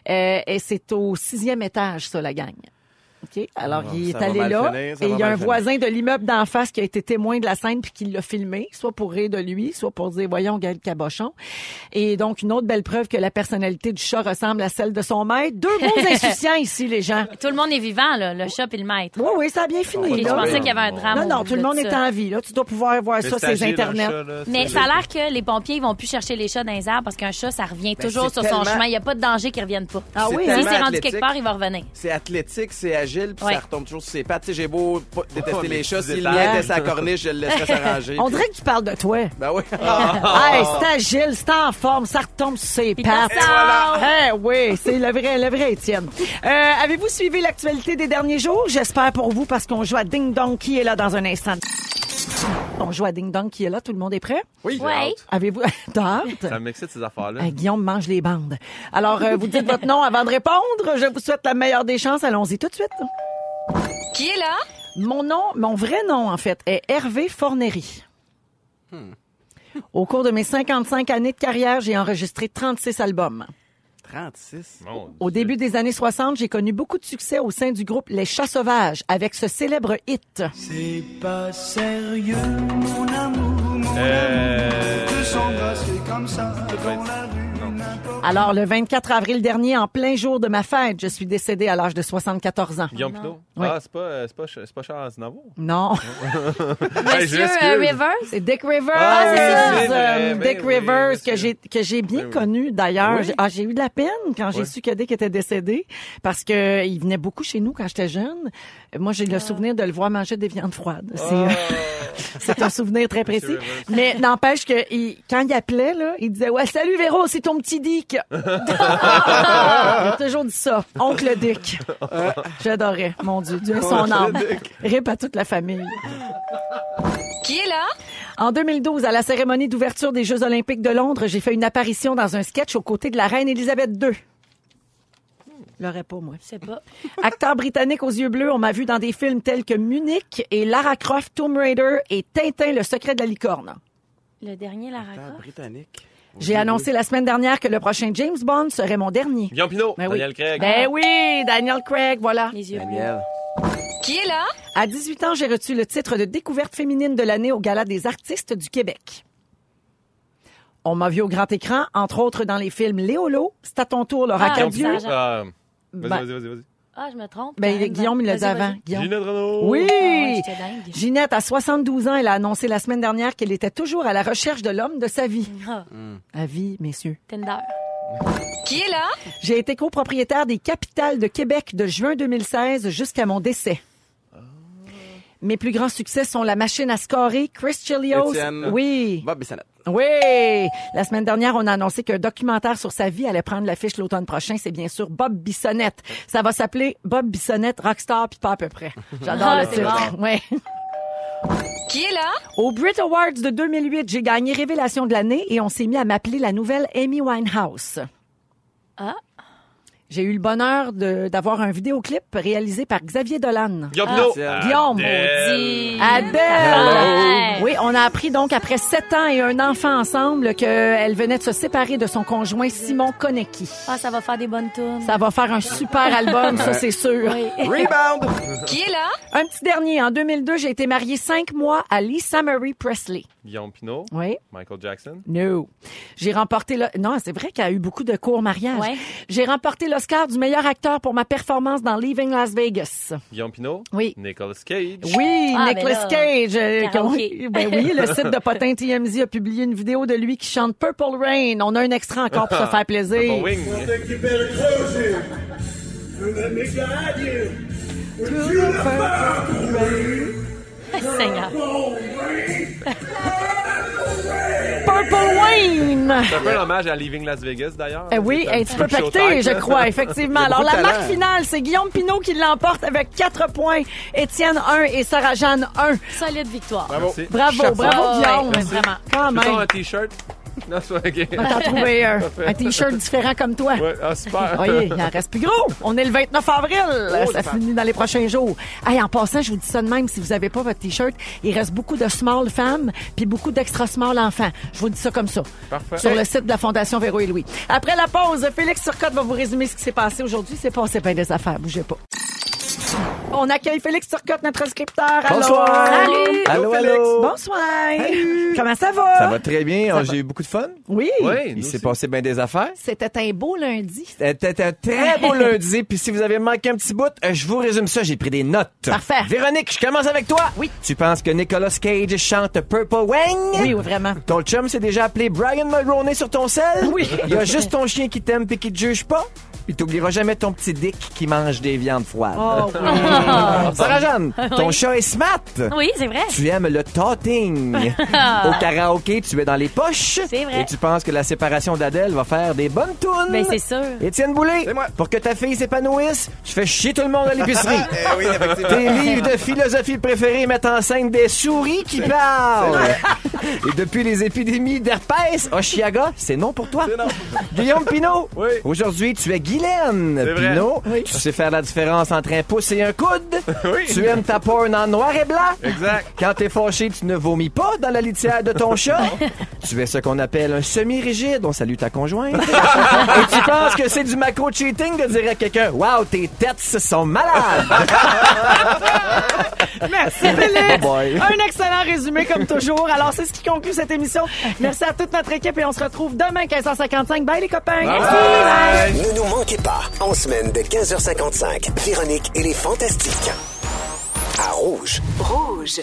[SPEAKER 3] Euh, et c'est au sixième étage, ça, la gang. OK? Alors,
[SPEAKER 4] Bon,
[SPEAKER 3] il est
[SPEAKER 4] Ah, ça va
[SPEAKER 3] allé
[SPEAKER 4] mal
[SPEAKER 3] là.
[SPEAKER 4] finir, ça
[SPEAKER 3] et
[SPEAKER 4] va
[SPEAKER 3] il y a
[SPEAKER 4] mal
[SPEAKER 3] un
[SPEAKER 4] finir.
[SPEAKER 3] voisin de l'immeuble d'en face qui a été témoin de la scène puis qui l'a filmé, soit pour rire de lui, soit pour dire, voyons, Gaël Cabochon. Et donc, une autre belle preuve que la personnalité du chat ressemble à celle de son maître. Deux
[SPEAKER 5] (laughs)
[SPEAKER 3] beaux insouciants ici, les gens.
[SPEAKER 5] Tout le monde est vivant, là, le chat et le maître.
[SPEAKER 3] Oui, oui, ça a bien fini.
[SPEAKER 5] Ok,
[SPEAKER 6] Oui,
[SPEAKER 5] je
[SPEAKER 3] là.
[SPEAKER 5] pensais
[SPEAKER 6] oui.
[SPEAKER 5] qu'il y avait un drame.
[SPEAKER 3] non,
[SPEAKER 5] au
[SPEAKER 3] non,
[SPEAKER 5] bout
[SPEAKER 3] tout le
[SPEAKER 5] de
[SPEAKER 3] monde est
[SPEAKER 5] ça.
[SPEAKER 3] en vie. Là. Tu dois pouvoir voir ça,
[SPEAKER 6] c'est
[SPEAKER 3] c'est
[SPEAKER 6] âgé, là, le
[SPEAKER 3] Internet.
[SPEAKER 6] chat, là,
[SPEAKER 5] Mais
[SPEAKER 6] c'est-
[SPEAKER 5] ça a l'air que les pompiers ils vont plus chercher les chats dans les arbres parce qu'un chat, ça revient toujours
[SPEAKER 4] c'est
[SPEAKER 5] sur son
[SPEAKER 4] tellement-
[SPEAKER 5] chemin. Il n'y a pas de danger qu'il ne revienne pas.
[SPEAKER 3] Ben, Ah oui,
[SPEAKER 5] Si
[SPEAKER 3] hein?
[SPEAKER 5] s'est
[SPEAKER 4] tellement
[SPEAKER 5] rendu
[SPEAKER 4] athlétique.
[SPEAKER 5] quelque part, il va revenir.
[SPEAKER 4] C'est athlétique, c'est agile, puis
[SPEAKER 5] Ouais.
[SPEAKER 4] ça retombe toujours sur ses pattes. Tu sais, j'ai beau pas détester
[SPEAKER 6] Oh, mes
[SPEAKER 4] les chats,
[SPEAKER 6] petits
[SPEAKER 4] s'il
[SPEAKER 6] états.
[SPEAKER 4] mien était sa corniche, je le laisserais
[SPEAKER 3] (laughs)
[SPEAKER 4] s'arranger.
[SPEAKER 3] On dirait que tu parles de toi.
[SPEAKER 4] Ben oui. (laughs)
[SPEAKER 6] Ah!
[SPEAKER 3] Hey, c'est agile, c'est en forme, ça retombe sur ses pattes.
[SPEAKER 5] t'en sort.
[SPEAKER 3] Eh oui, c'est le vrai, le vrai Étienne. Euh, Avez-vous suivi l'actualité des derniers jours? J'espère pour vous parce qu'on joue à Ding Dong qui est là dans un instant. On joue à Ding Dong qui est là, tout le monde est prêt?
[SPEAKER 6] Oui.
[SPEAKER 5] Ouais.
[SPEAKER 6] j'ai hâte.
[SPEAKER 3] Avez-vous... (laughs) T'as hâte?
[SPEAKER 6] Ça m'excite ces affaires-là.
[SPEAKER 3] Euh, Guillaume mange les bandes. Alors, euh, vous dites votre nom avant de répondre. Je vous souhaite la meilleure des chances. Allons-y tout de suite.
[SPEAKER 5] Qui est là?
[SPEAKER 3] Mon nom, mon vrai nom, en fait, est Hervé Fornery.
[SPEAKER 6] Hmm.
[SPEAKER 3] Au cours de mes 55 années de carrière, j'ai enregistré 36 albums.
[SPEAKER 4] 36.
[SPEAKER 6] Mon Dieu.
[SPEAKER 3] Au début des années 60, j'ai connu beaucoup de succès au sein du groupe Les Chats Sauvages avec ce célèbre hit.
[SPEAKER 2] C'est pas sérieux, mon amour, mon
[SPEAKER 6] Euh,
[SPEAKER 2] amour. De s'embrasser comme ça dans
[SPEAKER 6] vingt-
[SPEAKER 2] la
[SPEAKER 6] non.
[SPEAKER 2] rue, n'importe
[SPEAKER 3] Alors, le 24 avril dernier, en plein jour de ma fête, je suis décédée à l'âge de 74 ans.
[SPEAKER 6] Guillaume Pinot.
[SPEAKER 3] Oui.
[SPEAKER 6] Ah, c'est pas, euh, c'est pas, c'est pas Charles Aznavour.
[SPEAKER 3] Non,
[SPEAKER 6] Hey,
[SPEAKER 5] (laughs)
[SPEAKER 6] je
[SPEAKER 5] Monsieur
[SPEAKER 6] m'excuse.
[SPEAKER 5] euh, Rivers?
[SPEAKER 3] c'est Dick Rivers.
[SPEAKER 6] Ah,
[SPEAKER 5] c'est ça.
[SPEAKER 6] c'est vrai,
[SPEAKER 3] Euh,
[SPEAKER 6] ben
[SPEAKER 3] Dick
[SPEAKER 6] oui,
[SPEAKER 3] Rivers
[SPEAKER 6] monsieur.
[SPEAKER 3] que j'ai que j'ai bien
[SPEAKER 6] Ben oui.
[SPEAKER 3] connu d'ailleurs.
[SPEAKER 6] Oui.
[SPEAKER 3] J'ai- Ah, j'ai eu de la peine quand j'ai
[SPEAKER 6] Oui.
[SPEAKER 3] su que Dick était décédé parce que il venait beaucoup chez nous quand j'étais jeune. Moi, j'ai le souvenir de le voir manger des viandes froides. C'est euh, (laughs) c'est un souvenir très
[SPEAKER 6] Ah. Monsieur
[SPEAKER 3] précis.
[SPEAKER 6] Rivers.
[SPEAKER 3] Mais n'empêche que il- quand il appelait, là, il disait Ouais, salut Véro, c'est ton petit Dick. J'ai toujours dit ça. Oncle Dick. Euh, J'adorais, mon Dieu. Dieu est son âme. Rip à toute la famille.
[SPEAKER 5] Qui est là?
[SPEAKER 3] En 2012, à la cérémonie d'ouverture des Jeux Olympiques de Londres, j'ai fait une apparition dans un sketch aux côtés de la reine Elisabeth II. L'aurais pas, moi.
[SPEAKER 5] Je sais pas.
[SPEAKER 3] Acteur britannique aux yeux bleus, on m'a vu dans des films tels que Munich et Lara Croft, Tomb Raider et Tintin, le secret de la licorne.
[SPEAKER 5] Le dernier, la raconte.
[SPEAKER 4] britannique.
[SPEAKER 3] J'ai annoncé la semaine dernière que le prochain James Bond serait mon dernier.
[SPEAKER 6] Guillaume Pinot.
[SPEAKER 3] Ben oui.
[SPEAKER 6] Daniel Craig.
[SPEAKER 3] Ben oui, Daniel Craig, voilà.
[SPEAKER 5] Les yeux bleus.
[SPEAKER 4] Daniel.
[SPEAKER 5] Qui est là?
[SPEAKER 3] À 18 ans, j'ai reçu le titre de découverte féminine de l'année au Gala des artistes du Québec. On m'a vu au grand écran, entre autres dans les films Léolo, C'est à ton tour, Laura
[SPEAKER 5] Ah,
[SPEAKER 6] Guillaume
[SPEAKER 3] Cadieux.
[SPEAKER 6] Pinot.
[SPEAKER 5] Dieu.
[SPEAKER 6] Ah, Vas-y,
[SPEAKER 3] Ben-
[SPEAKER 6] vas-y, vas-y. vas-y.
[SPEAKER 5] Ah, je me trompe.
[SPEAKER 3] Ben,
[SPEAKER 5] Karen,
[SPEAKER 3] Guillaume, il l'a
[SPEAKER 5] vas-y,
[SPEAKER 3] dit avant.
[SPEAKER 5] vas-y.
[SPEAKER 3] Guillaume.
[SPEAKER 6] Ginette Renaud.
[SPEAKER 3] Oui!
[SPEAKER 5] Ah ouais, j'étais dingue.
[SPEAKER 3] Ginette, à 72 ans, elle a annoncé la semaine dernière qu'elle était toujours à la recherche de l'homme de sa vie.
[SPEAKER 5] Ah,
[SPEAKER 3] À vie, messieurs.
[SPEAKER 5] Tinder. Qui est là?
[SPEAKER 3] J'ai été copropriétaire des capitales de Québec de juin 2016 jusqu'à mon décès. Mes plus grands succès sont La machine à scorer, Chris Chilios.
[SPEAKER 4] Étienne.
[SPEAKER 3] Oui.
[SPEAKER 4] Bob Bissonnette.
[SPEAKER 3] (laughs) Oui! La semaine dernière, on a annoncé qu'un documentaire sur sa vie allait prendre l'affiche l'automne prochain. C'est bien sûr Bob Bissonnette. Ça va s'appeler Bob Bissonnette, Rockstar, puis pas à peu près. J'adore
[SPEAKER 5] Ah,
[SPEAKER 3] le
[SPEAKER 5] c'est
[SPEAKER 3] titre. Ouais.
[SPEAKER 5] Qui est là?
[SPEAKER 3] Au Brit Awards de 2008, j'ai gagné Révélation de l'année et on s'est mis à m'appeler la nouvelle Amy Winehouse.
[SPEAKER 5] Ah.
[SPEAKER 3] J'ai eu le bonheur de- d'avoir un vidéoclip réalisé par Xavier Dolan.
[SPEAKER 6] Guillaume Pinot.
[SPEAKER 4] Tiens.
[SPEAKER 3] Ah, Guillaume.
[SPEAKER 6] Adèle.
[SPEAKER 5] Ah,
[SPEAKER 3] Adèle!
[SPEAKER 5] Hello.
[SPEAKER 3] Oui, on a appris donc après sept ans et un enfant ensemble qu'elle venait de se séparer de son conjoint Simon Konecki.
[SPEAKER 5] Ah, ça va faire des bonnes tunes.
[SPEAKER 3] Ça va faire un super album, ça c'est sûr.
[SPEAKER 4] Rebound!
[SPEAKER 5] Qui est là?
[SPEAKER 3] Un petit dernier, en 2002, j'ai été mariée cinq mois à Lisa Marie Presley.
[SPEAKER 6] Guillaume Pinot.
[SPEAKER 3] Oui.
[SPEAKER 6] Michael Jackson.
[SPEAKER 3] No. J'ai remporté le... Non, c'est vrai qu'elle a eu beaucoup de cours mariage.
[SPEAKER 5] Ouais.
[SPEAKER 3] J'ai remporté l'Oscar du meilleur acteur pour ma performance dans Leaving Las Vegas.
[SPEAKER 6] Guillaume Pinot.
[SPEAKER 3] Oui.
[SPEAKER 6] Nicolas Cage.
[SPEAKER 3] Oui,
[SPEAKER 5] Ah, ben
[SPEAKER 3] Nicolas
[SPEAKER 5] là,
[SPEAKER 3] Cage. euh,
[SPEAKER 5] karaoké.
[SPEAKER 3] qu'on- ben oui, le site de Potin TMZ a publié une vidéo de lui qui chante Purple Rain. On a un extrait encore pour se faire plaisir.
[SPEAKER 6] Bon wing.
[SPEAKER 7] I think you better close here. And let me guide you. Through the purple rain.
[SPEAKER 5] (laughs) Seigneur.
[SPEAKER 7] Oh, rain.
[SPEAKER 3] Purple Rain. Queen.
[SPEAKER 6] C'est un peu un hommage à Leaving Las Vegas, d'ailleurs.
[SPEAKER 3] Eh oui,
[SPEAKER 6] C'est un
[SPEAKER 3] un
[SPEAKER 6] petit
[SPEAKER 3] petit peu
[SPEAKER 6] peu de
[SPEAKER 3] pacté,
[SPEAKER 6] showtime,
[SPEAKER 3] je
[SPEAKER 6] là.
[SPEAKER 3] crois, effectivement.
[SPEAKER 8] Il y a
[SPEAKER 3] Alors,
[SPEAKER 8] beaucoup
[SPEAKER 3] la
[SPEAKER 8] de
[SPEAKER 3] marque
[SPEAKER 8] talent.
[SPEAKER 3] finale, c'est Guillaume Pinot qui l'emporte avec 4 points, Étienne 1 et Sarah-Jeanne 1.
[SPEAKER 5] Solide victoire.
[SPEAKER 6] Bravo. Merci.
[SPEAKER 3] Bravo,
[SPEAKER 8] Chapeau.
[SPEAKER 3] bravo,
[SPEAKER 5] Ah ouais,
[SPEAKER 3] Guillaume.
[SPEAKER 5] ouais, vraiment.
[SPEAKER 3] Quand
[SPEAKER 6] Je te sors un
[SPEAKER 3] même.
[SPEAKER 6] t-shirt. Non, c'est pas ok.
[SPEAKER 3] On va t'en trouver un. Un T-shirt différent comme toi.
[SPEAKER 6] Ouais, ah, super.
[SPEAKER 3] Voyez, il en reste plus gros. On est le 29 avril.
[SPEAKER 8] Oh,
[SPEAKER 3] ça
[SPEAKER 8] ça.
[SPEAKER 3] finit dans les prochains jours. Hey, en passant, je vous dis ça de même, si vous n'avez pas votre T-shirt, il reste beaucoup de small femmes puis beaucoup d'extra small enfants. Je vous dis ça comme ça.
[SPEAKER 6] Parfait.
[SPEAKER 3] Sur le site de la Fondation Véro et Louis. Après la pause, Félix Turcotte va vous résumer ce qui s'est passé aujourd'hui. C'est passé bien des affaires. Bougez pas. On accueille Félix Turcotte, notre inscripteur. Allô.
[SPEAKER 4] Bonsoir.
[SPEAKER 5] Salut.
[SPEAKER 4] Allô,
[SPEAKER 8] Allô, Félix.
[SPEAKER 4] allô.
[SPEAKER 3] Bonsoir. Comment ça va?
[SPEAKER 4] Ça va très bien.
[SPEAKER 3] Ça
[SPEAKER 4] Oh,
[SPEAKER 3] va.
[SPEAKER 4] J'ai eu beaucoup de fun.
[SPEAKER 3] Oui.
[SPEAKER 6] Ouais, nous
[SPEAKER 4] Il s'est
[SPEAKER 6] aussi.
[SPEAKER 4] passé bien des affaires.
[SPEAKER 3] C'était un beau lundi.
[SPEAKER 4] C'était Euh, un très
[SPEAKER 3] (laughs)
[SPEAKER 4] beau lundi. Puis si vous avez manqué un petit bout, euh, je vous résume ça. J'ai pris des notes.
[SPEAKER 3] Parfait.
[SPEAKER 4] Véronique, je commence avec toi.
[SPEAKER 3] Oui.
[SPEAKER 4] Tu penses que Nicolas Cage chante Purple Wang?
[SPEAKER 3] Oui, oui, vraiment.
[SPEAKER 4] Ton chum s'est déjà appelé Brian Mulroney sur ton sel?
[SPEAKER 3] Oui.
[SPEAKER 4] Il y a juste ton chien qui t'aime puis qui te juge pas? Il t'oubliera jamais ton petit dick qui mange des viandes froides. (laughs)
[SPEAKER 3] Oh, oui.
[SPEAKER 4] Sarah-Jeanne, ton
[SPEAKER 5] Oui.
[SPEAKER 4] chat est smart.
[SPEAKER 5] Oui, c'est vrai.
[SPEAKER 4] Tu aimes
[SPEAKER 3] (laughs)
[SPEAKER 4] le totting. Au karaoké, tu es dans les poches.
[SPEAKER 5] C'est vrai.
[SPEAKER 4] Et tu penses que la séparation d'Adèle va faire des bonnes tunes.
[SPEAKER 5] Ben, c'est sûr.
[SPEAKER 4] Étienne Boulay,
[SPEAKER 8] C'est moi.
[SPEAKER 4] pour que ta fille s'épanouisse, tu fais chier tout le monde à l'épicerie.
[SPEAKER 8] Eh oui, effectivement.
[SPEAKER 4] Tes livres de philosophie préférés mettent en scène des souris qui parlent. (laughs) Et depuis les épidémies d'herpès, Oshiaga, c'est non pour toi. (laughs) Guillaume Pinot,
[SPEAKER 6] Oui.
[SPEAKER 4] aujourd'hui tu es Guylaine
[SPEAKER 6] C'est vrai.
[SPEAKER 4] Pinot. Tu sais faire la différence entre un pouce et un coude.
[SPEAKER 6] Oui.
[SPEAKER 4] Tu aimes ta porn en noir et blanc.
[SPEAKER 6] (laughs) Exact.
[SPEAKER 4] Quand t'es fâché, tu ne vomis pas dans la litière de ton chat. tu es ce qu'on appelle un semi-rigide. On salue ta conjointe. Et tu penses que c'est du macro-cheating de dire à quelqu'un « Wow, tes têtes sont malades!
[SPEAKER 3] (laughs) Merci Félix.
[SPEAKER 4] Bye.
[SPEAKER 3] Un excellent résumé comme toujours. Alors c'est ce qui conclut cette émission. Merci à toute notre équipe et on se retrouve demain 15h55. Bye les copains. Merci. Bye.
[SPEAKER 1] Ne nous manquez pas, en semaine de 15h55, Véronique et les Fantastiques. À Rouge.
[SPEAKER 9] Rouge.